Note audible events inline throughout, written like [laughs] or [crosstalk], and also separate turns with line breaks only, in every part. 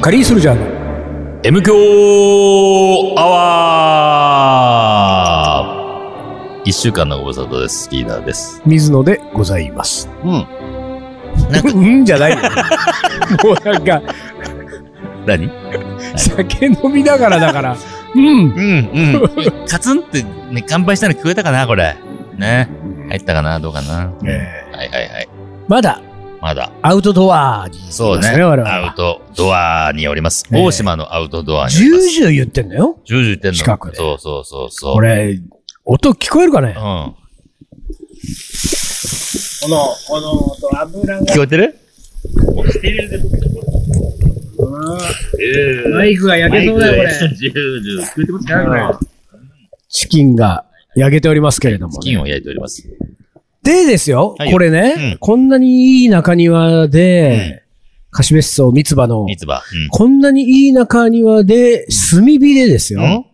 カリーソルジャーの
M 強アワー一週間のご無沙汰です。リーダーです。
水野でございます。
うん。
[laughs] うんじゃないよ。
[laughs]
もうなんか、
何
酒飲みながらだから、うん。
うん、うん。 [laughs] カツンって、ね、乾杯したの聞こえたかなこれ。ね。入ったかなどうかな、
え
はいはいはい。
まだ
まだ。
アウトドアに、
そう
で
ね。
すね我々は
アウトドアにおります。
ええ
大島のアウトドアにおります。
重々言ってんだよ。
ジュージュー言ってんの
近くで
そうそうそうそう。
これ、音聞こえるかね
うん。
この、この音、油が、
聞こえてる [laughs]
マイクが焼けそうだよ、これ。
ジュージュー。聞こえてます
チキンが焼けておりますけれども、
金を焼いております。
でですよ、
はいよ
これね、
うん
こんなにいい中庭で、貸し別荘三つ葉の、
三つ葉。うん。
こんなにいい中庭で、炭火でですよ、
うん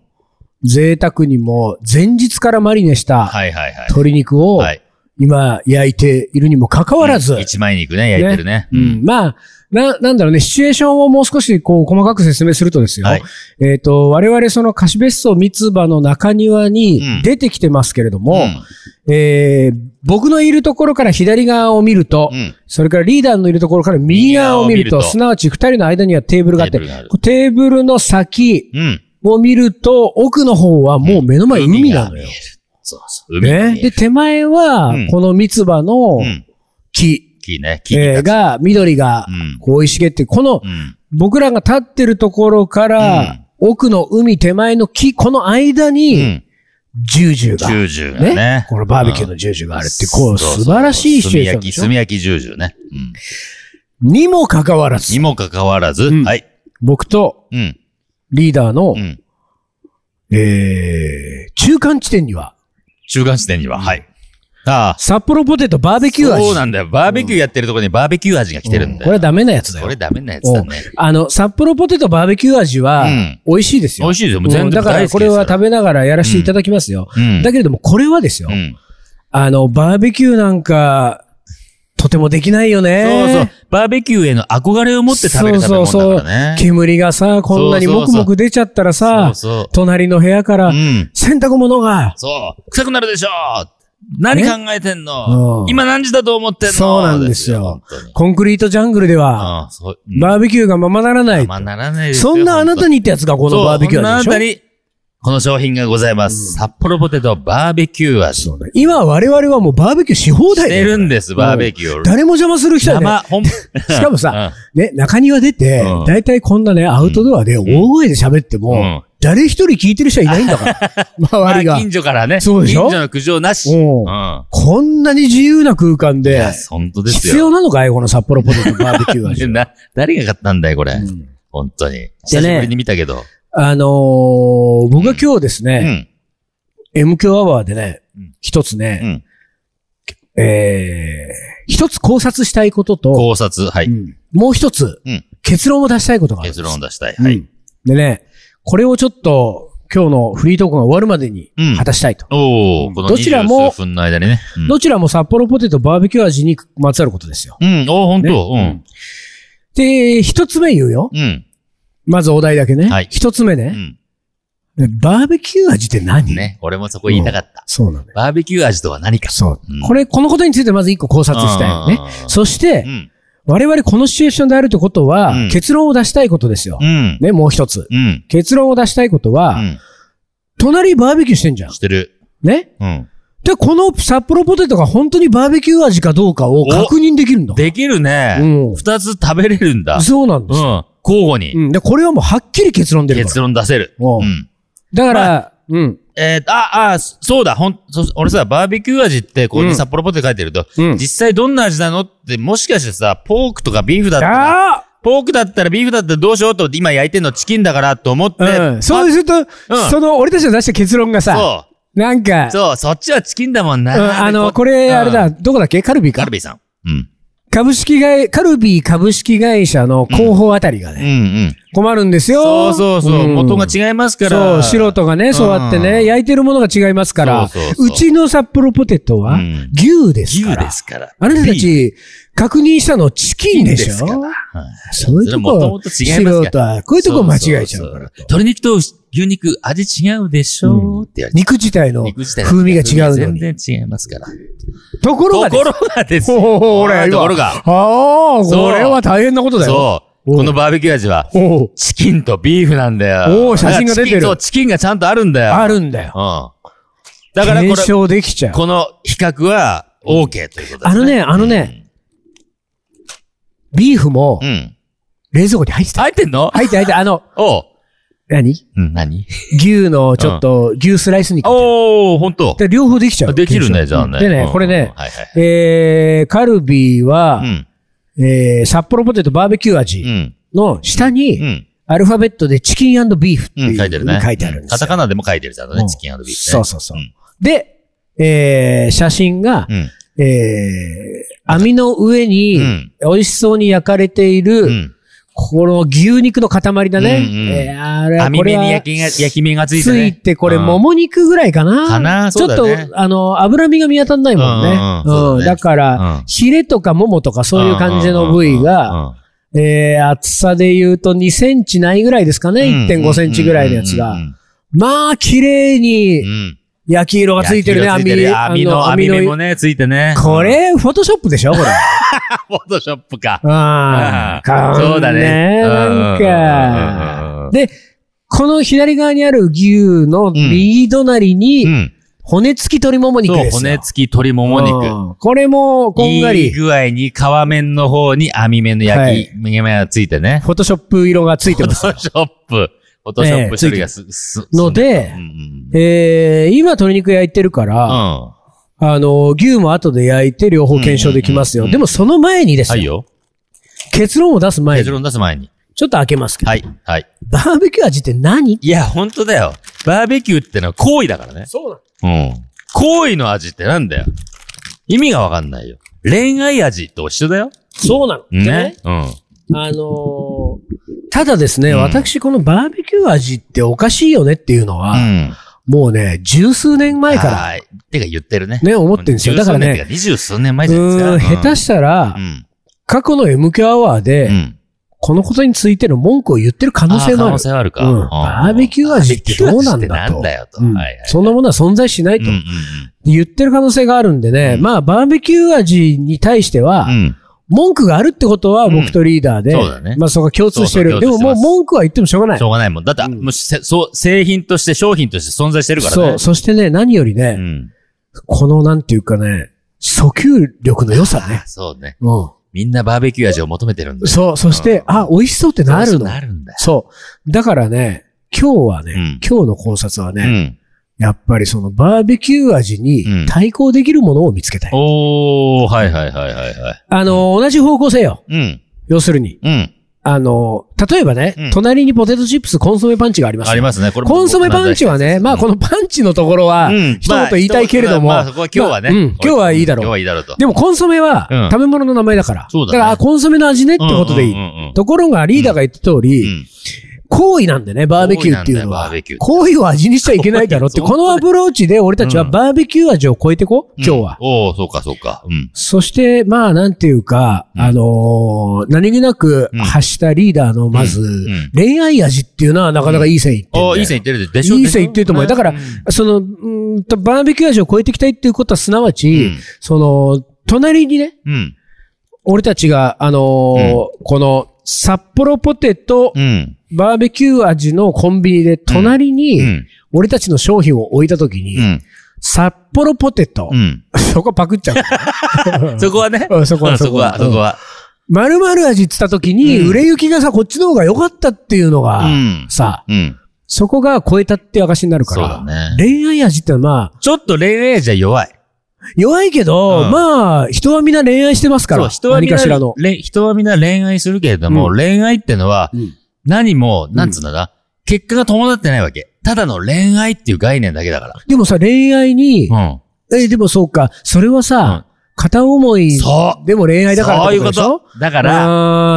贅沢にも前日からマリネした
はいはいはい。
鶏肉を
はい。
今焼いているにもかかわらず、
一枚肉ね、焼いてるね。
う
うん
んまあ、な、なんだろうね、シチュエーションをもう少しこう細かく説明するとですよ、
はい
えっ、と、我々その貸別荘三つ葉の中庭
う
に
ん
出てきてますけれども、
うん
えー僕のいるところから左側を見ると、
うん
それからリーダーのいるところから右側を見ると、
右側を見ると
すなわち二人の間にはテーブルがあって、
テーブルがある
こうテーブルの先
うん。
を見ると、奥の方はもう目の前海なのよ
が見え。るそうそう。海が
ね。
見え
で、
る。
手前は
うん、
この三つ葉の
うん。
木、
木ね、木に
えー
立つ。
が、緑が
うん、
こう生い茂って、この
う、ん。
僕らが立ってるところから、奥の海手前の木、この間
う
に、
ん。
ジュージューが。
ジュージューが
ね
ね。
このバーベキューのジュージュがあるって、こう、素晴らしいシチュエーションでしょ
炭焼き、炭焼きジュージューね。うん。
にもかかわらず
に、もかかわらず、
うん
はい。
僕と
うん。
リーダーの
う、ん。
えー中間地点には、
中間地点には、はい。ああ。
札幌ポテトバーベキュー味。
そうなんだよ。バーベキューやってるところにバーベキュー味が来てるんだよ。
これはダメなやつだよ。
これダメなやつだね。
うんあの、札幌ポテトバーベキュー味は
うん、
美味しいですよ。
美味しいですよもう全然
んだから、
大好きです
こ
よ
れは食べながらやらせていただきますよ。
うん
だけれども、これはですよ
う。ん。
あの、バーベキューなんか、とてもできないよ
そうそう
ね。。
バーベキューへの憧れを持って食べる食べ物だからね。
煙がさ、こんなにもくもく出ちゃったらさ、
そうそう
隣の部屋から
う、ん。
洗濯物が、
そう。臭くなるでしょ何考えてん
う
の
ん
今何時だと思ってんの
そうなんですよ
本当に。
コンクリートジャングルでは、
ああ、そう。
バーベキューがままならない
ま。あならないですよ
そんなあなたにってやつがこ
本当
の
に
バーベキュー味
そうそんなあなた
でしょ
に、この商品がございます。札幌ポテトバーベキュー味。し
そうね今我々はもうバーベキューし放題だ
て
よ
るんです、バーベキューを。
誰も邪魔する人はね、[laughs]
生、ほん、し
しかもさ、、ね、中庭出て
う、ん
大体こんなね、アウトドアで大声で喋って
う
も
ん、
誰一人聞いてる人はいないんだ
[laughs]
から、
ま
周
あ
りが。
近所からね。
そうでしょ
近所の苦情なし。
うん
うん。
こんなに自由な空間
い
で
や、、本当です
必要
よ。
なのかいこの札幌ポテトバーベキュー
[laughs]
味。
な、誰が買ったんだよ、これ。本当に。久しぶりに見たけど。
あのー、僕が今日です
う
ね、
ん。
M 響アワーでね
うん、
一つ
う
ね、
ん。
えー一つ考察したいことと、
考察、は
う
い。
んもう一つ
うん、
結論を出したいことがあるんです。
結論を出したい。は
う
い。
んでね、これをちょっと今日のフリートークが終わるまでに
うん
果たしたいと。
おおこの
どちらも
20数分の間にね。うん
どちらも札幌ポテトバーベキュー味にまつわることですよ。
うん、おー本当うん。
で、一つ目言うよ。
うん。
まずお題だけね。
はい
一つ目
う
ね、
ん。
バーベキュー味って何、
ね。俺もそこ言いたかった。
そうなのよ。
バーベキュー味とは何か。
そう、
うん
これ、このことについてまず一個考察したいよね
あ。ー
そして、
うん。
我々このシチュエーションであるってことは、
うん
結論を出したいことですよ。
うん。
ね、もう一つ。
うん。
結論を出したいこと
う
は、
ん。
隣バーベキューしてんじゃん
し。てる。
ね。
うん。
で、この札幌ポテトが本当にバーベキュー味かどうかを確認できるんだ。
できるね。
うん。
二つ食べれるんだ。うん。
そうなんです。
交互に。
うん。で、これはもうはっきり結論出るか
結
ら。
論出せる。
おう
うん。
だから、うん。
えーと、あ、あ、そうだ、ほん、そ俺さ、バーベキュー味って、こう
う
ね、
ん
札幌ポテト書いてると、
うん
実際どんな味なのって、もしかしてさ、ポークとかビーフだったら、
あ
ポークだったらビーフだったらどうしようと思って、今焼いてんのチキンだからと思って、
あうん。そう
です
ると、
うん
その、俺たちの出した結論がさ、
そ
なんか
う、、そう、そっちはチキンだもん
うん
な。
あの、
でこ
これ、あれ
う
だ、どこだっけカルビか
カル。ビーさん。うん。
株式会、カルビー株式会社の広報あたりが
う
ね、
んうん。
困るんですよ。
そうそうそう。
ん
元が違いますから。
そう、素人がね、そうやって
う
ね、
ん
焼いてるものが違いますから、
そうそうそう
ちの札幌ポテトは
うん
牛ですから。
牛ですから。
あなたた
ビー
ち、確認したのチキンでし
です
ょ
からはい
そういうとこ
それもともと違いますから
素人は、こういうとこ間違えちゃうから
そそそ
と。
鶏肉と牛肉味違うでしょうって言われて。
肉自体の
肉自体
風味が違うのに。
全然違いますから。
ところが
と
で
こ
す
ろがですよ。
ほうほうほら
あー
今
ところ
あ
が。
あ、
そう
これは大変なことだよ。
そう。
おう
このバーベキュー味は、
おう
チキンとビーフなんだよ。
おう写真が出てる
だからチキンそう、チキンがちゃんとあるんだよ。
あ
る。
るんだよ。
うん。だからこ
検
れ、
証できちゃう。
この比較は OK ということで
あ
す
の
ね。
ね、あのね、ビーフも
うん。うん。
冷蔵庫に入ってた。
入ってんの
入って入って、あの、
おう。
何
うん、何
牛のちょっと、牛スライス肉。
おー、ほんと。
で両方できちゃう。
できるね、
検
じゃ
証
あね。
で
うん
ね、これね、
はいはい。
えー、カルビーは
う、ん。
えー、札幌ポテトバーベキュー味
うん。
の下
う
に、
ん。
アルファベットでチキンビーフって
う
い
ん、
う
書いてるね。
書いてあるんです
カ
よ。
タカナでも書いてるじゃん
う
ね、
ん
チキンビーフね。
そうそうそう
うん。
で、えー、写真が、
うん。
えー、網の上
う
に、
ん。
美味しそうに焼かれている、
うん。
この牛肉の塊だね。
うんうん
えーあれ、
網
これ
目に
は
焼きが、焼き目がついて
つ
ね。
いて、これ、
うん
もも肉ぐらいかな。
かな
ちょっ
そう
と、
だね
あの、脂身が見当たんないもんね。
うんうんうんそうだね
だから、
うん
ヒレとかももとかそういう感じの部位が、、えー、厚さで言うと2センチないぐらいですかね。1.5センチぐらいのやつ
う
が。
ん
まあ、綺麗
うん
に
うん。
焼き色がついてるね、
焼き色がついてる網の、網目もね、ついてね。
これ、フォトショップでしょこ
[laughs]
れ。
フォトショップか。
ああ、
うん
買
そうだね
なん
うんうんうんう
か
ん。
で、この左側にある牛の右隣
う
に、
ん。
骨付き鶏もも肉
そう、
ですよ。
骨付き鶏もも肉。
うんこれも、こんが
いい
り、フ
具合に皮面の方に網目の焼き目がついてね。
ォトショップ色がついて
フ
ます。
ォトショップ。フォトショップ処理がす、す、す
の、で
う、ん
えー、今鶏肉焼いてるか
うん。うん
ら、あの、牛も後で焼いて両方検証できます
う
よ。
んうん
でもその前にです
はい
よ、
よ。
結論を出す前
結
に、
論出す前に。
ちょっと開けますけど
は、い。はい。
バーベキュー味って何
いや、本当だよ。バーベキューってのは行為だからね。
そうな
うん。行為の味ってなんだよ。意味がわかんないよ。恋愛味と一緒だよ。
そうなの。で
ね。うん。
あのーただですね、
うん
私このバーベキュー味っておかしいよねっていうの
う
は、
ん。
もうね、十数年前から
はい。てか言ってるね。
ね、思ってるんですよ。だから
十数年
ね、
っていうか二十数年
う
前じゃない
ー
で
ん、
すか。
下手したら、
うん。
過去の MQ アワー
う
で、
ん。
このことについての文句を言ってる可能性もあ
可
る
能。性はあるか。
うん
うん
バーベキュー味ってどうなんだと
バーベキュー味ってなんだよと。
うん
はいはい。
そんなものは存在しない
うん
と
うん
言ってる可能性があるんでね、
うん
まあ、バーベキュー味に対しては、
うん。うん。
文句があるってことは
うん
僕とリーダーで、
そうだね
まあそこは共通してる。
そうそう
でも
共通して
も
ま
う
す
文句は言ってもしょうがない
し。ょうがないもん。だって、
うん
もうせそう、製品として、商品として存在してるからね。
そう。そしてね、何よりね、
うん。
このなんていうかね、訴求力の良さね。
そうね。
う
みんなバーベキュー味を求めてるんだ
ん。
よ
そう、そして、あ、美味しそうってなるの。
なるんだよ。
そう。だからね、今日はね、
うん
今日の考察は
う
ね、
ん。
やっぱりそのバーベキュー味
う
に
ん
対抗できるものを見つけたい。
おー、はいはいはいはいはい。
あの、同じ方向性よ。
うん。
要するに。
うん。
あの、例えばね、
うん
隣にポテトチップス、コンソメパンチがありますよ。
ありますね。これも
コンソメパンチはね、まあこのパンチのところは、
うん
一言言いたいけれども、
まあ、まあそこは今日はね。
まあうん今日はいいだ
今日
ろう。
はいいだろうと。
でもコンソメは
うん
食べ物の名前だから。
そうだね
から、あコンソメの味ねってことでいい。
うんうんうんうん
ところがリーダーが言った通り、
うん
行為なんでね、バーベキューっていうのは
行為なんだよバーベキュー。って
行為を味にしちゃいけないだろって、
行為
このアプローチで俺たちは
うん
バーベキュー味を超えてこう、今日は。
うんおー、そうかそうか。うん。
そして、まあ、なんていうか、
うん
あのー何気なく
うん
発したリーダーの、まず、
ん
恋愛味っていうのはなかなかいい線いってる、
おー、いい線いってるででしょ
いい線いってると思うよだから
うん
その、うーんと、バーベキュー味を超えていきたいっていうことは、すなわ
う
ち、
ん
その、隣にね、
うん。
俺たちが、あのーこの、札幌ポテト
う、ん。
バーベキュー味のコンビニで、隣
う
に、
ん。
俺たちの商品を置いたときに、
うん。
札幌ポテト、
うん。
[laughs] そこパクっちゃうから。
そこはね。
うんそこは
うんそこは、
そ
そ
こ
こは。
〇〇味って言った時に、
うん
売れ行きがさ、こっちの方が良かったっていうのが、
うん。
さ、
うん。
そこが超えたって証になるか
そう
ら、
だね。
恋愛味ってのはまあ、
ちょっと恋愛味は弱い。
弱いけど、
うん
まあ、人はみんな恋愛してますか
そう
ら、
人はみ
何
んな
かしらの。
れん人はみんな恋愛するけれども、
う
恋愛ってのは、
うん
何も、なんつうんだな、結果が伴ってないわけ。ただの恋愛っていう概念だけだから。
でもさ、恋愛に、
うん。
え、でもそうか、それはさ、片思い
そう
でも恋愛だから
そう
って
いう
こと
こ
でしょ
と。だから、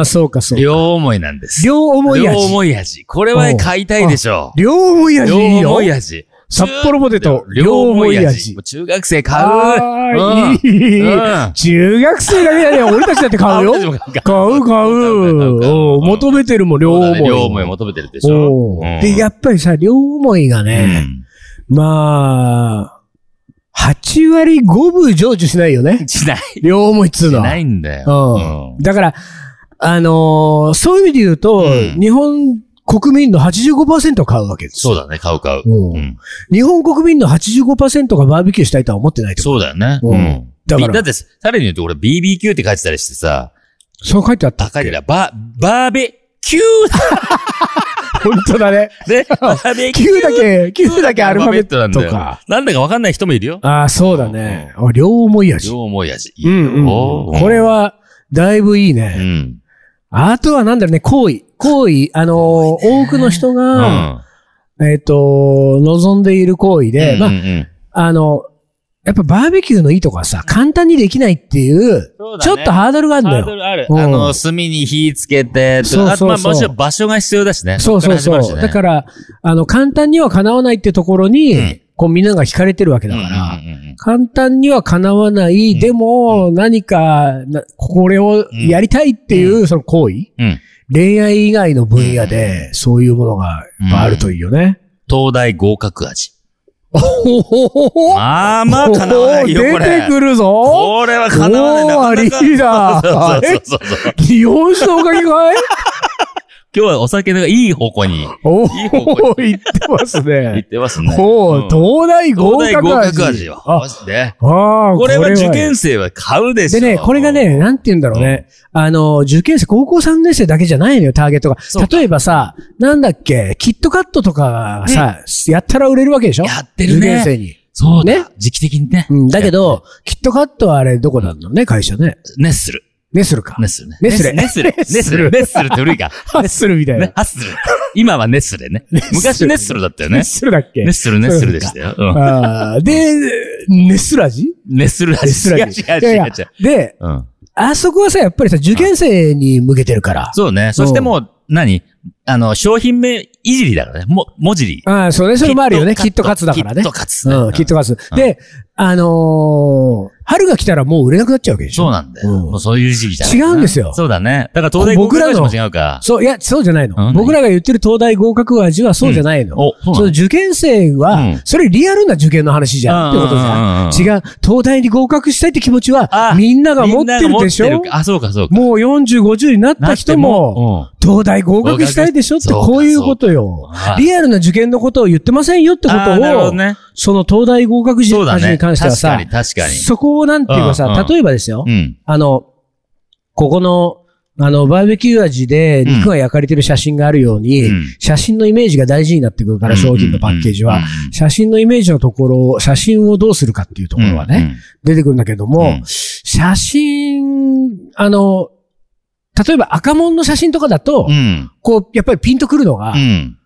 ああ、そうか、そうか。
両思いなんです。
両思い
両
味。
思い味。これは
おう
買いたいでしょう。
両思い味
両
いいよ
思。い味。
札幌ポテト、両思い味
もう。中学生買う。
あーいい
うん
中学生だけだね。俺たちだって買うよ。
あ
買
俺
う
た [laughs] ちも
買う
買う
買
買う買う
う
買う
おう。求めてるもん両
そうだ
思い。
ね両思い求めてるでし
お
ょ。
う
うん
で、やっぱりさ、両思いが
う
ね、
ん
まあ、8割5分成就しないよね。
[laughs] しない。
両思いっつう
し
のは。
ないんだよ
うん。。だから、あのーそういう意味で言うと、
うん
日本国民の85%を買うわけです。
そうだね、買う買う。
うん
うん
日本国民の85%がバーベキューしたいとは思ってないと思
そうだよね。
うん
うん。
だ
だ
から
だって、さらに言うと俺 BBQ って書いてたりしてさ、
う。そう書いてあったっ
高い
け。
ら、バ、バーベキュ
[laughs] 本当だ
[laughs]
ね。
ーね、バーベキュー
9だけ、9だけアルファベッ
な
ト
ん
と
だよ
か。。
なんだかわかんない人もいるよ。
ああ、そうだね。あ両思い味。
両思い味。いい
うん
よ
うんうん。これ、は、だいぶいいうね。
ん。
あとはなんだろうね、行為。行為、あのー多くの人
う
が、
ん。
えっと、望んでいる行為で、まあ
うん、うんうん
あの、やっぱバーベキューのいいとこはさ、簡単にできないっていう、
そうだ
ちょ
ね
っとハードルがあるんだ
ハード
よ。
ルある。
うん
あの、炭に火つけて、と
そうそうそう
あとまあ、もちろん場所が必要だしね。
そうそう
こ
そ
っ
う。だからら、あの、簡単には叶わないってところに、
うん
こうみんなが惹かれてるわけだ
始
か
まるし
ら、
ね、うんうんうんうん
簡単には叶わない、
うん
でも、何かな、これをやりたいっていう、その行為、
うん
恋愛以外の分野で、そういうものがやっぱあるといいよね。
東大合格味。
おほほほ
まあまあ、叶わないよ、
お
こ
ー
れ。
出てくるぞ
これは叶わないなかなか。
おーリーダー
[laughs] そうそうそうそう。
日本酒のおかげかい
今日はお酒のいい方向に
お
いい方向
お言ってます
行っ
ね。
てますね。
お
う
ー
ん
東大合
東大合
格味。
格味よ。
あ
マジで。
あー
これは受験生は買うでしょ。
でね、これがね、なんて言うんだろうね。あの、受験生、高校3年生だけじゃないのよ、ターゲットが
そう。か
例えばさ、なんだっけ、キットカットとかがさ、やったら売れるわけでしょ
やってる
受験
ね。
生に。
そう
ね
だ。時期的にね。
うん、だけど、キットカットはあれ、どこなんのね、会社ね。
ネッスル。
ネスルか。
ネッスルね。
ネスレ
ネス
[laughs]
レ。ネスレ。ネッスルって古いか。
ハッスルみたいな。
ね、ハッスル。今はネッスレ
[laughs]
ね。
スレ
昔ネッスルだったよ
ネ
ね
ッ。スルだっけ
ネッスル、ネッスルでしたよ。うん
あーで、ネスル味
ネッスル
ネ
味。
スル
違う違
味。
う
いやい
違
や
う違う。
で、
うん。
あそこはさ、やっぱりさ、受験生に向けてるから。
そうね。そしてもう、何あの、商品名いじりだからね。も、もじり。
ああ、そうね、それもあるよね。
キ
キ
ッ
ット
トカ
カ
ツ
ツだからね。
キットカツね
うん、キットカツ
う。ん
で、あのー春が来たらもう売れなくなっちゃうわけでしょ
そうなんだよ。
うん
もうそういう時期じゃ
違うんですよ
そうだね。だから東大合
僕ら
格
の
味も違うか。
そう、いや、そうじゃないの。
うん
僕らが言ってる東大合格味はそうじゃないの。
お、そう
そ
な
の
んだ。
受験生は、
うん
それリアルな受験の話じゃんってことじゃん。
うん
違う。東大に合格したいって気持ちは
あ、
みんなが持ってるでし
みんな
ょ
が持ってるかあ、そうかそうか。
もう40、50になった人も、
も、
東大合格したいでしょって
合格
こういうことよ
そうか。
リアルな受験のことを言ってませんよって
うん。
こ
あーなるほ
と
ど
を、
ね。
その東大合格
そうだ
味
ね。
に関
確
してはさ
か、に、確かに。
そこをなんていうかさ、
うんうん
例えばですよ、
うん。
あの、ここの、あの、バーベキュー味で肉が焼かれてる写真があるように、
うん
写真のイメージが大事になってくるから、商品のパッケージは。
うんうん
写真のイメージのところを、写真をどうするかっていうところはね、。出てくるんだけども、
うん
写真、あの、例えば赤門の写真とかだと、
うんうん。
こう、やっぱりピンとくるのが、
うん。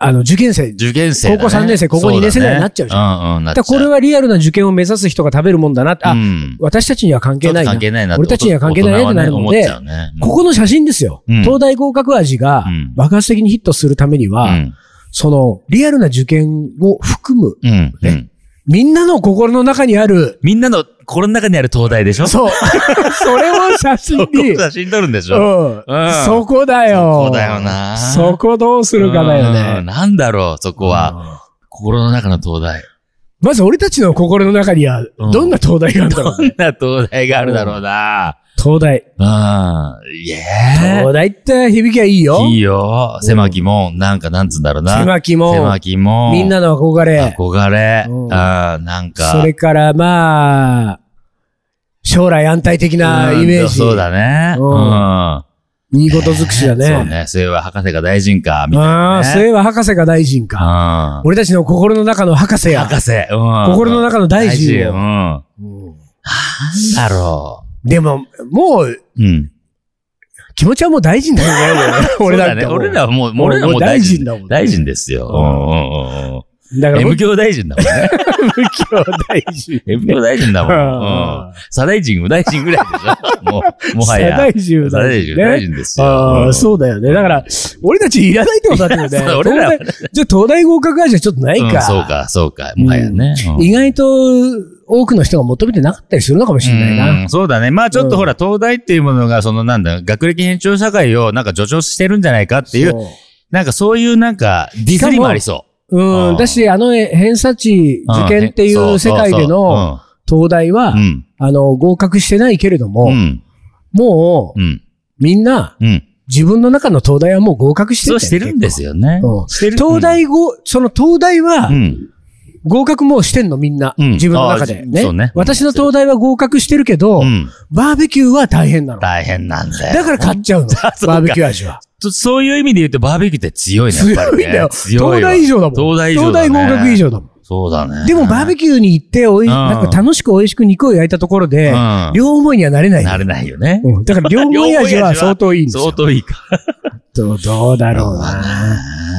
あの、受験生。
受験生だね。
高校三年生高校二年生ぐらいになっちゃうじゃ
ゃん。うんうん、な
だ
っち
か
ゃ
らこ
う。
れはリアルな受験を目指す人が食べるもんだなって、あ、
うん、
私たちには関係ない
ちょっ
な
と関。係ないなって
俺たちには関係ないなってなるので
大人はね思っちゃうね。
ここの写真ですよ。
うん
東大合格味が
うん
爆発的にヒットするためには、
うん
そのリアルな受験を含む、
うん。う
ね
ん。
みんなの心の中にある、
みんなの心の中にある東大でしょ [laughs]
そう、それを写真に、
写真撮るんでしょ
うん
うん
そこだよ。
そこだよな
そこどうするかだよ
うん
ね。
なんだろう、そこは。
うん
心の中の東大。
まず俺たちの心の中には、
うん
どんな東大があるんだろ
ど
うね。
んな東大があるだろうな。
東大。
うん。いえ
東大って響きはいいよ。
いいよ。狭きもん、なんかなんつうんだろうな。
狭き
狭
も、
きもん。
みんなの憧れ。
憧れ。
うん
あーなんか。
それから、まあ、将来安泰的なイメー
うん
ジ。
そうだね。
うん
うん。
いいこと尽くしだね。
そうね。それは博士が大臣か、みたい
ああ、
な、ね。
それは博士が大臣か。
あ
俺たちの心の中の博士や。
博士。うん。
心の中の大臣
うん。
よ
なんだろ
でも、もう、
う。うん。
気持ちはもう大臣だよね。俺
そう
だ
だ
って
ね。
もう。
俺らはもう、
もう
俺らはもう大
もう大臣
臣
だもん
大臣ですよ。うんうんうんうん。
だから、
M
無
教大臣だもん
[laughs]
ね。
教大臣。
M 教大臣だもん。
うん
うん。左大臣、右大臣ぐらいでしょも
[laughs]
う、もはや。
左大臣
左大
ね
臣、右大臣ですよ。
あ
う
あ、
ん
そうだよね。だから、俺たちいらないってことだって
いや
ね。
[laughs] そう俺らは
東大じゃあ東大合格会社ちょっとない
うん
か。
そうか、そうか。もはやね。うん
意外と多くの人が求めてなかったりするのかもしれないな。
うんそうだね。まあちょっ
う
と
ん
ほら、東大っていうものが、そのなんだ、学歴偏重社会をなんか助長してるんじゃないかっていう、
そ
なんかそういうなんか、ディスりもありそうう
うんん。だし、あの偏差値
う。
受験っていう世界での東大は、
うん、うん
あの、合格してないけれども、
うん。
もう、
うん。
みんな、
うん。
自分の中の東大はもう合格して
そうしてるんです
よ。
よね。
うん
してる
東大ご、その東大は
う、ん。
合格もうしてんのみんな。
うん
自分の中
あ
で。
じそうね
ね。私の東大は合格してるけど
う、ん。
バーベキューは大変なの。だ
大変なんだよ。
から買っ
[laughs]
ちゃうの。
か
バーベキュー味は。
とそういう意味で言うと、バーベキューって強いね、やっぱりね。
強いんだよ
強い
東
わ
大以上だもん。
東大以上、ね。
東大合格以。上だもん。
そうだね。
でもバーベキューに行って、おい、
うん
なんか楽しく美味しく肉を焼いたところで、
うん
両思いにはなれない。
なれないよね。
うんだから両思い味は相当いいんです
相
よ。
当いいか。
どうどうだろうな。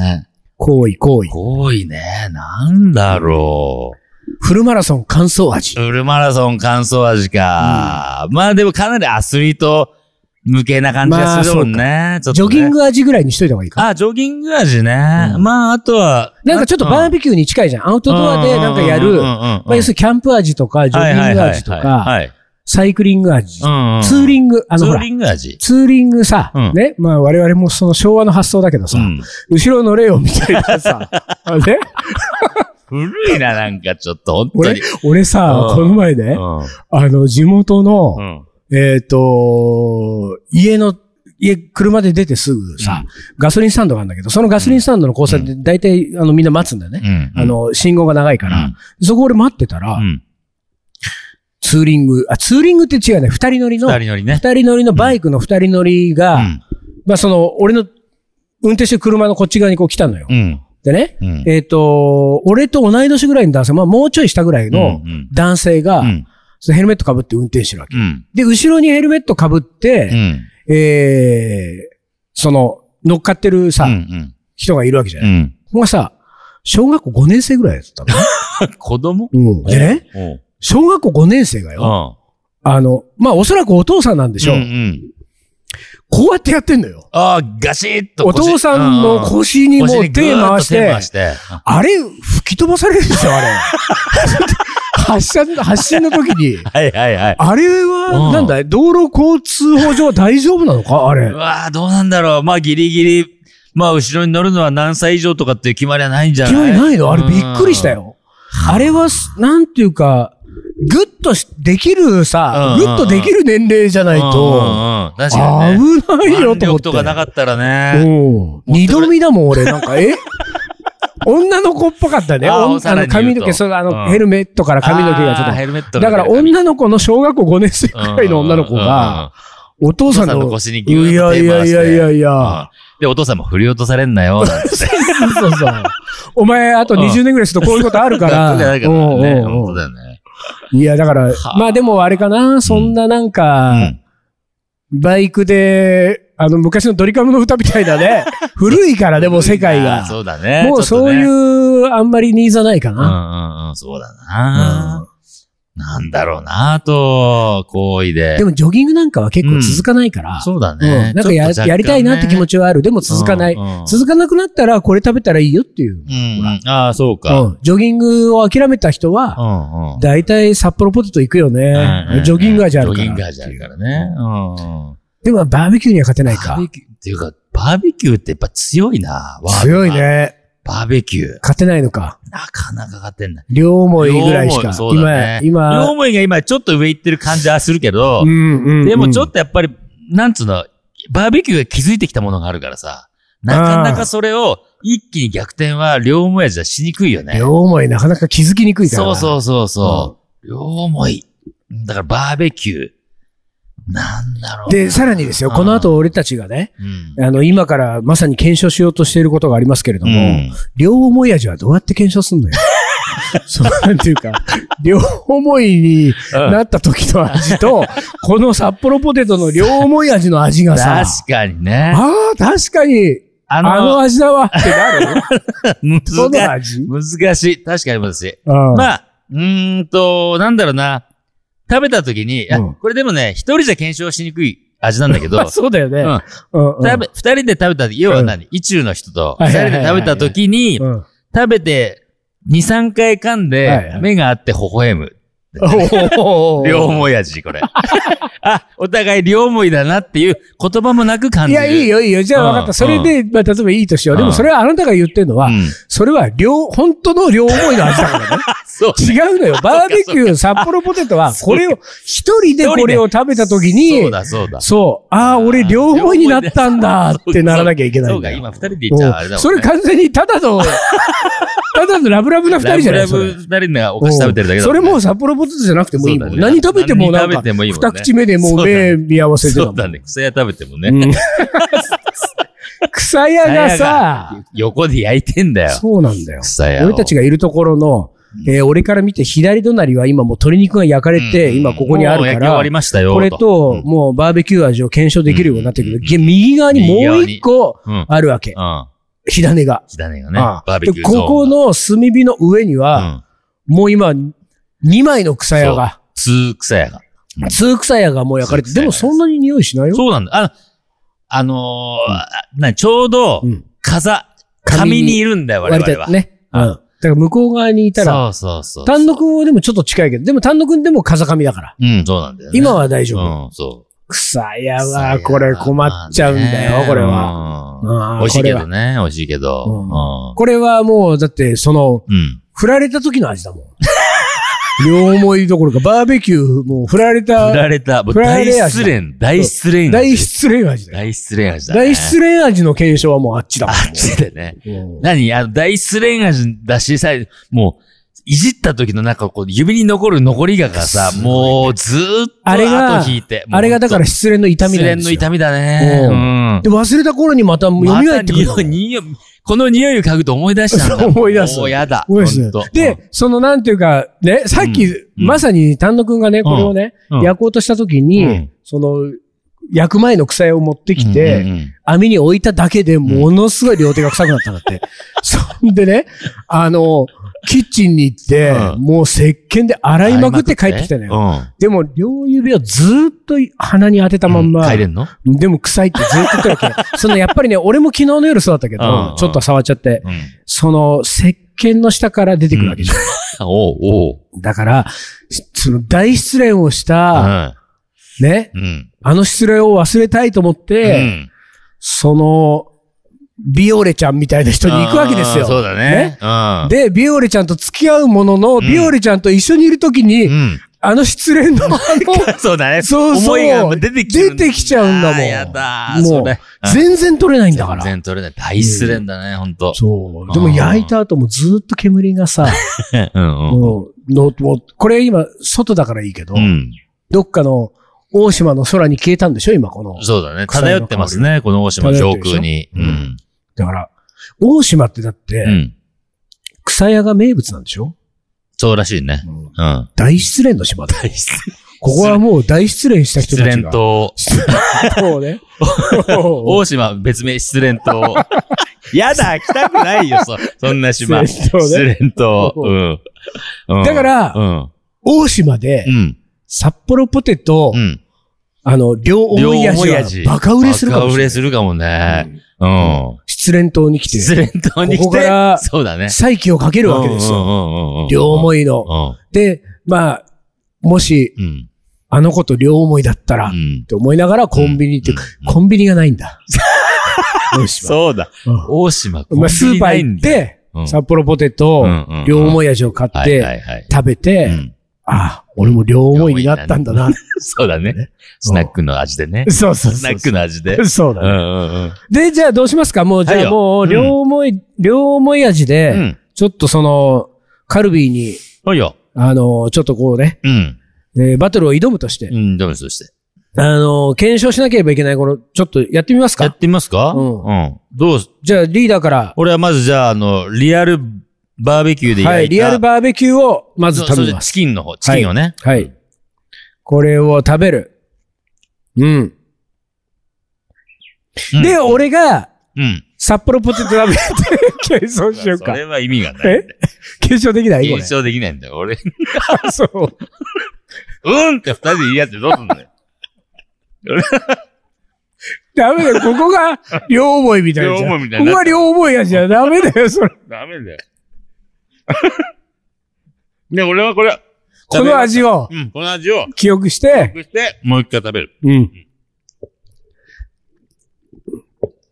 ね
行為、行為。
多いね。なんだろう。
フルマラソン感想味。
フルマラソン感想味か。まあでもかなりアスリート向けな感じがするもんね。ちょっ
ジ
と
ョ
ね
ギング味ぐらいにしといた方がいいか。
あ、ジョギング味ね。
うん
まあ、あとは。
なんかちょっとバーベキューに近いじゃん。アウトドアでなんかやる、ま
ま
あ要するにキャンプ味とか、ジョギング味とか、
はい。
サイクリング味
ツ、ー
ツー
ング。
リング、あ
ツ
のほ
ー
ら、
リング味。
ツーリングさ
うん、
ね、まあ我々もその昭和の発想だけど
う
さ、
ん。
後ろ乗れよみたいなさ、
[laughs]
あれ
古いな、なんかちょっと、本当
俺
に。、
俺さ
う、ん
この前ね、あの、地元の
う、ん。
えっと、家の、家、車で出てすぐさ、ガソリンスタンドがあるんだけど、そのガソリンスタンドの交差点で大体、あの、みんな待つんだよね。
うん。
あの、信号が長いか
う
ら
ん、
そこ俺待ってた
う
ら、
ん、
ツーリング、あ、ツーリングって違うね。二人乗りの、
二
二
人乗りね。
人乗りのバイクの二人乗り
う
が、
ん。
まあその、俺の運転してる車のこっち側にこう来たのよ
う。ん。
でね、
うん。
えっと、俺と同い年ぐらいの男性、まあもうちょい下ぐらいの
うんうん
男性
う
が、
ん。
そのヘルメット被って運転してるわけ。
うん。
で、後ろにヘルメット被っ
う
て、
ん。
えーその、乗っかってるさ、
うん。
人がいるわけじゃ
う
ない。
ん。
ここがさ、小学校5年生ぐらいだったの。
[laughs] 子供
うんでね、
うん。
小学校5年生がよ、あの、まあおそらくお父さんなんでしょう。
うん。
こうやってやってんのよ。
ああ、ガシッと。
お父さんの腰にもう手回して、
して。
あれ、吹き飛ばされるでしょ、 [laughs] あれ。発射、発進の時に。
はいはいはい。
あれ
うん
は、なんだい道路交通法上は大丈夫なのかあれ
う。わあ、どうなんだろう。まあ、ギリギリ、まあ、後ろに乗るのは何歳以上とかっていう決まりはないんじゃない
決まりないのあれ
うん
びっくりしたよ。あれはす、なんていうか、グッとしできるさ、
うん
グッとできる年齢じゃない
うん
と、
うんうん確
危
かにね。
ないよ
腕
と思って
力と。かなかったらね。
うん二度見だもん、俺。なんか、
[laughs]
え女の子っぽかったね。
あー
おん
さ
あ
らに言う
の
と
髪の毛、そのあの、
うん
ヘルメットから髪の毛がちょっ
あー
と
ヘルメット
だから
の
女の子の小学校5年生くらいの女の子が、、お
お
父
父
さ
さ
ん
んの
の、
腰に
い
ギューッと
や
手
いや
回
い
して。
やいやいや、
うんで、お父さんも振り落とされんなよ、なんて。
そうそう。お前、あと20年ぐらいするとこういうことあるから。
そうじゃないから
うん
ね。
うんうん
本当だよね。
いや、だから
は、あ
まあでもあれかな、そんななんか、バイクで、あの、昔のドリカムの歌みたいだ
[laughs]
ね。古いから、でも世界
あー
が。
そうだね。
もう
ちょっと
そう
ね
いう、あんまりニーズはないか
うんう
な。
んうん、そうだな。なんだろうな、あと、行為で。
でもジョギングなんかは結構続かないから。
そうだ
う
ね。
んなんかや
ちょっと若干ね
やりたいなって気持ちはある。でも続かない。
うんうん
続かなくなったら、これ食べたらいいよっていう。
う
ほ
ん
ら
ああ、そうか。
うん、ジョギングを諦めた人
う
は、
んうん
だいたい札幌ポテト行くよ
うんう
ね
ん。
ジョギング味あるから。
ジョギング味あるからね。うんうん。
でもバーベキューには勝てない
バ
か
ー。ベキューっていうか、バーベキューってやっぱ強いな。ワードが
強い。ね。
バーベキュー。
勝てないのか。
なかなか勝てんない。
両思いぐらいし
両
か
思。そうだね。
今、
両
今、
思いが今ちょっと上行ってる感じはするけど、
んう
でもちょ
と、
っとやっぱり、なんつうの、バーベキューが気づいてきたものがあるからさ、なかなかそれを一気に逆転は両思い味はしにくいよね。
両思いなかなか気づきにくいから
そ
な。
うそうそうそう。両思い。だからバーベキュー。なんだろう。
で、さらにですよ、
うん
この後俺たちがね、
うん、
あの、今からまさに検証しようとしていることがありますけれども、
うん
両思い味はどうやって検証すん
[laughs]
のよ。そう、なんていうか、両思いになった時の味と、こ
[laughs]
の札幌ポテトの両思い味の味がさ、
確かにね。
ああ、確かに、
あ
あの
の、
味だわ [laughs] ってなるその
難
味
しい。難しい。確かに難しい。
うん
まあ、うーんと、なんだろうな。食べた時に、あ
うん
これでもね、一人じゃ検証しにくい味なんだけど、
まあそうだよね。
うん
うんうん
食べ、二人で食べた時、要は何、意中の人と、二
はいはい
人
はいは
で
い
食べた時に、
うん
食べて、二、三回噛ん
はいは
で
い、
目があって微笑む。
おー
両思い味、これ。 [laughs] あ、お互い両思いだなっていう言葉もなく
[laughs]
感
い
じる。
や、いいよ、いいよ。じゃあ分かっ
うん
た。それで、まあ、例えばいいとしよう。で
うん
もそれはあなたが言ってるのは
う、ん。
それは両、本当の両思いの味だからね。
[laughs] そう。
違うのよ。バーベキュー、札幌ポテト
[laughs]
は、これを、一人でこれを食べたとき
そ
に
う、だ、そうだ。
そう、ああ、俺両思いになったんだってならなきゃいけない
そ
ん
うか、
だよ。
今二人で言っちゃうあれだもん、ね。
それ完全にただ
[laughs]
の、ただのラブラブな二人じゃな
ラ
いそ
ブ
れ
ラブ二人がお菓子食べてるだけだ
それ
んね
もう札幌ポテトじゃなくてもいいも
そ
ん。
うだね
何食べてもなん
何食
か、
べてもいいもんね
二口目でもう目見合わせてた
そ
も
うんだね。草屋食べてもね。
うん。草屋が
草屋
さ、
横で焼いてんだよ。
そうなんだよ。
草屋を。
俺たちがいるところの、えー俺から見て左隣は今もう鶏肉が焼かれて、
うん
今ここにある
もう
か
焼き終わり
ら、
ましたよ。
これ
う
と
ん
もうバーベキュー味を検証できるようになってくる
うん
けど、右側にもう一個
うん。うん。
あるわけ。火種が。
火種がね。
あ
バ
あ
ーベキュー
でここの炭火の上に
の
は、もう今、2枚の草屋が、
通草屋が。そう
通草屋がもう焼かれて、
通
で
草屋
もそんなに匂いしないよ。
そうなんだ。あの、あのーあな、ちょうど
う、ん。
風、
紙
紙
に
にいるんだよ、我々
割
は。
とね。うん。だから向こう側にいたら、
そうそうそう。
丹野くんはでもちょっと近いけど、でも丹野くんでも風上だから。
うん、そうなんだよね。
今は大丈夫。
うん、そ
草屋
う。
は、これ困っちゃうんだよ、これは。
は
うん
美味しいけど
こ
ね、美味しいけど。
う
う
これはもう、だって、その、
ん。うん。
振られた時の味だもん。 [laughs] 両思いどころか、バーベキュー、もう振られ
振
た、
られた。もう
振ら
大
れ味だ
失恋、大失恋。
大失恋味だよ。
大失恋味だね。
大失恋味の検証はもうあっちだもん
あっちでね。
うん。
何あの、大失恋味だし、さ、もう、いじった時のなんかこう、指に残る残りががさ、もうずーっと
あれが
後引いて。
あれがだから
ら、
失恋の痛み
失
な
恋
んで
の
すよ。
痛みだね。
う
うん。
で、忘れた頃にまた蘇ってくる
ま
の
た匂い、匂い、この匂いを嗅ぐと思い出したんだ。
[laughs] そう思い出す
もうやだ。
そうですね
ほんと、
で、そのなんていうか、ね、さっき、
うんうん
まさに丹野くんがね、これをね、
うん
焼こうとした時に、
うん
その、焼く前の草屋を持ってきて、
うんうんうん
網に置いただけでものすごい両手が臭くなったんだ
[laughs]
って。そんでね、あの、キッチンに行って、
うん
もう石鹸で洗いまくって帰ってきたのよ。
よ。
でも、両指をずーっと鼻に当てた
うん。
まんま、
帰れんの
でも臭いってずーっと言ってるわけ。そのやっぱりね、俺も昨日の夜そうだったけ
うん
ど、ちょっと触っちゃって、
うん。
その石鹸の下から出てくるわけじゃん。
おうおう。
だから、しその大失恋をした、
あ
ね、
うん。
あの失恋を忘れたいと思って、
うん
その、ビオレちゃんみたいな人に行くわけです
あーそ
よ。
うだね。うん。
で、ビオレちゃんと付き合うものの、
ん
ビオレちゃんと一緒にいるときに、
うん。
あの失恋
[laughs]
の、あの、
そうだね。
そうそう
思いが出てきちゃうんだ
出てきちゃうんだもん
あーやだー。
も
それ
う、全然取れないんだから。
全然取れない。大失恋だね、ほんと。
そう。でも焼いた後もずっと煙がさ、
うんうん。
もう、のもうこれ今、外だからいいけど、
うん。
どっかの大島の空に消えたんでしょ今この。
そうだね。
草の香り
漂ってますね、この大島上空に。う
漂って
ん。
だから、大島ってだって、
うん。
草屋が名物なんでしょ、
そうらしいね。うん。
大失恋の島だ。
大失
ここはもう大失恋した人
失
たち
恋
が。
と、
失恋と。ね。
[laughs] 大島別名失恋
[laughs]
と、やだ、来たくないよ、そ、そんな島。
失
失
恋島ね
恋と、うん。うん
だから
うん。
大島で
う、ん。
札幌ポテト、
うん。
あの、両思い味はバカ売れするかも
バカ
し
売
れ
れ
ない。
するかもね。うん。
失恋島に来
失
て、
恋島に来て。
ここから
そうだね。
再起をかけ
い
るわけですよ。
よ
両思いの。
うん。
で、まあ、もし、
うん。
あの子と両思いだったら、
う
っ
ん。
て思いながらコンビニって、
うん
コンビニがないん
[laughs]
だ。大島。
そうだ。
うん
大島
まあ、スーパー行っ、て、
うん
札幌ポテト
うんうんうん、
両思い味を買
コン
っ
ビニないんだよ
て、
はいはいはい。
食べて、
うん
ああ、俺も両思いになったんだな。。
そうだね。スナックの味でね
[laughs] そうそう
スナ
そう
ッ。クの味で。
そう
う
だ
んう
ね。
ん
で、じゃあどうしますかもう、じ
はい
ゃあ
よ
もう、
うん
両思い、両思い味
うん。う
で、
ん。
ちょっとその、カルビーに、
はいよ。
あの、ちょっとこうね、
うん。
えーバトルを挑むとして
う、ん、どうもそうして。
あの、検証しなければいけないこのちょっとやってみます
やっ
か
てみますか
うん
うん。どうす
じゃあリーダーから、
俺はまずじゃあ、あの、リアルバーベキューで
は
焼い
い、
た。
リアルバーベキューをまず
そう
食
そ
べ
う
ます。
チキンの方、チキンをね。
はい。これを食べる。うん。
うん
で、俺が、
うん。
札幌ポテト鍋って [laughs] 継承しよう
そ
か。
れは意味がな
[laughs]
いんで。
継承できないこ
検
れ。
証できないんだよ。俺、
あ [laughs] そう。
うんって二人で言い合ってどうすんだよ。
ダメだよ。ここが両思いみたいなじゃん。
両思いみたい
こ
に
こ
な
が
った
両思いやじゃん [laughs] ダメだよ、それ。
ダメ [laughs] だよ。で、俺はこれ、
この味を
うん、この味を、
記憶して、
そして、もう一回食べる。
うん。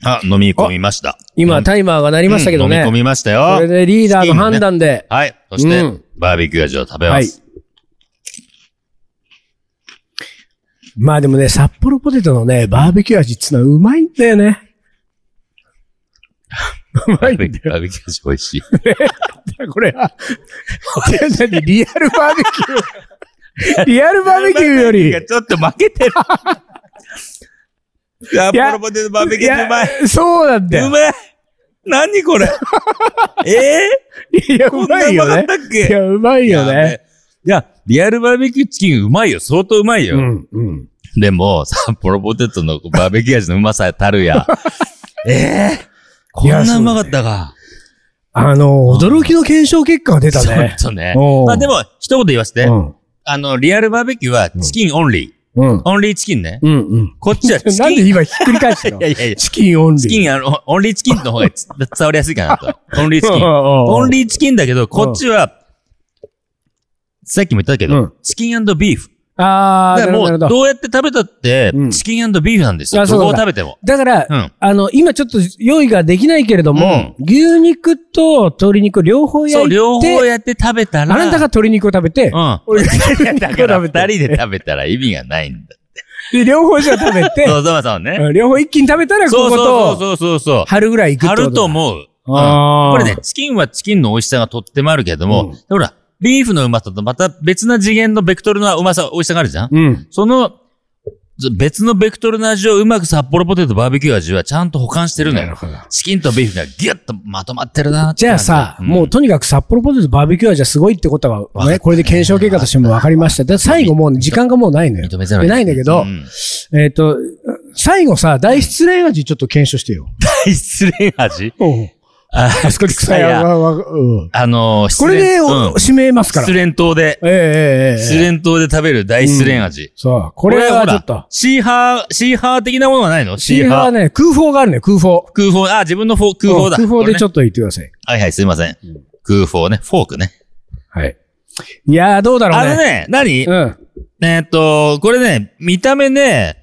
あ、飲み込みました。
今、タイマーが鳴りましたけど
うん
ね。
飲み込みました
これ
よ。
でリーダーの判断で、
はい。そして、
うん
バーベキュー味を食べます。
まあでもね、札幌ポテトのね、バーベキュー味っつうのはうまいんだよね。 [laughs] うまいん
バーベ
だ
キューバーベキュー味美味しい。
よ、これは。 [laughs] いや何リアルバーベキュ
[laughs]
ー。リアルバーベキューより。
ちょっと負
[laughs]
けてる。札幌ポテトバーベキューうまい。
やそうなんだよ。
うまい。何こ [laughs] れ。ええ
いや、
こ
うん
な
ま
う
いよ
まかっ
ね。
たっけ
いや、うまいよね。。
いや、リアルバーベキューチキンうまいよ。相当うまいよ。
うん、うん。
でも、札幌ポテトのバーベキュー味のうまさた
[laughs]
るや。ええこんなうまかったか。
あの、驚きの検証結果が出た
ちょ
ね
っ。とね。
おう
まあでも、一言言わせて
う。ん。
あの、リアルバーベキューはチキンオンリー。
うん。
オンリーチキンね。
うん、うん。
こっち
[laughs]
はチ
なん
キン。
で
い
今ひっくり返したの
やいやいや。
チキンオンリー。
チキン、あの、オンリーチキン
[laughs]
の方がつ伝わりやすいかなと。オンリーチキン。オ
オ
ンリーチキンだけど、こっちは、さっきも言ったけ
う
ど
ん、
チキンビーフ。
ああ、
だ
なる
から
ほどなるほ
もう、
ど。
どうやって食べたって
う、ん
チキンビーフなんですよ。
あそ
ど
う
こ
だ
を食べても。
だから、
うん
あの、今ちょっと用意ができないけれども、牛肉と鶏肉両方焼いて、
そう、両方やって食べたら、
あなたが鶏肉を食べて、
うん。
俺が牛肉を
だから、
食べ
二
て、
人で食べたら意味がないんだ。
で両方じゃ食べて、
そうそうそうね。
うん両方一気に食べたら、こ
そう
こ
そう
と、
そうそうそう。
春ぐらい行くってことだ
春と思う。うん
ああ。
これね、チキンはチキンの美味しさがとってもあるけれども、
うん
ほら、ビーフのうまさとまた別な次元のベクトルのうまさ、美味しさがあるじゃん、
うん。
その、ず別のベクトルの味をうまく札幌ポテトバーベキュー味はちゃんと保管してるのよ。チキンとビーフがギュッとまとまってるなって
じゃ
感
あさ、
うん
もうとにかく札幌ポテトバーベキュー味はすごいってこと
かっ
は
た
ね、
ね
これで検証結果としても分かりました。で、最後もう時間がもうないのよ。
認めざるを得
ないんだけど
う、ん
えっ、と、最後さ、大失恋味ちょっと検証してよ。
大失恋味あ
あそこに草
草屋
屋は、わうん
あのー、失
これ
恋
で、
うん
お締めますから。
失恋島で、
ええええ
失
ええ。
恋島で食べる大失恋味。
そう、これはち
ほら
ょっと。
シーハー、シーハー的なものはないのシ
シ
ー
ー
ハー。
ハーはね、空砲があるね、空砲。
空砲、あ、自分のフォー空砲だ。
うん空砲でちょっ
っと、
と言ってください。
はいはい、すいません。空砲ね、フォークね。
はい。いやー、どうだろ
あ
う
の
ね。
ね、何、
うん。
えーっと、これね、見た目ね、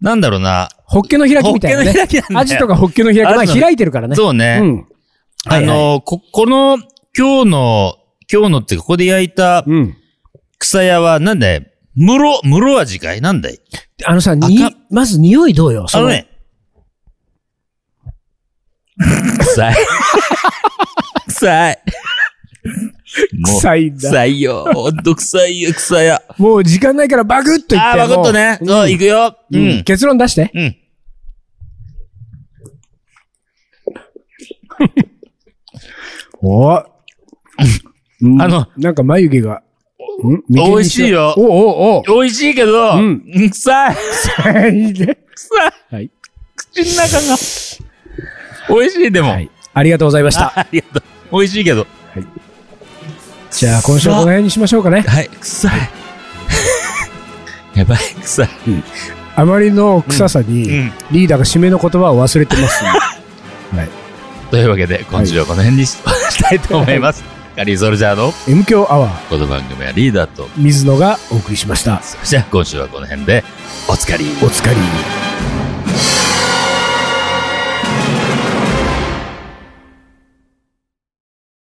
なんだろうな。
ホッケの開き
ホ
み
ッ
たい
ケ
な
の
ね。
開きなんだよ。
アジとかホッケの開き。まあ、
アジの
開いてるからね。
そうね。
うん。
あ
はいはい
の、こ、この、今日の、今日のっていうか、ここで焼いた
うん。
草屋は、なんだい室、室味かいなんだい
あのさ、に
赤、
まず匂いどうよ。
あ
そ
のね。
[laughs]
臭い。臭い。もう
臭いんだ。
臭いよ。ほんと臭いよ、草屋。
もう時間ないからバグっと言って。
ああ、わかったね。
もう
そう、行くよ。う
うんん。。結論出して。
うん。
[laughs] おうん
あの、
なんか眉毛が。ん
美味しいよ
おお [laughs] お。
美味しいけど、
う
うんん、臭い。
臭いね。
臭い。
はい。
口の中が。美味しい、でも。
はい。ありがとうございました。
ありがとう。美味しいけど。
じゃあ今週はこの辺にしましょうかね。
はい、臭い。やばい、臭い。
あまりの臭さに
うんうん、
リーダーが締めの言葉を忘れて
[laughs]
ますね。
というわけで、今週はこの辺にししたいと思います。ガリーソルジャーの
M 強アワー、
この番組はリーダーと、
水野がお送りしました。
それじゃあ今週はこの辺で、おつかり。
お疲れに。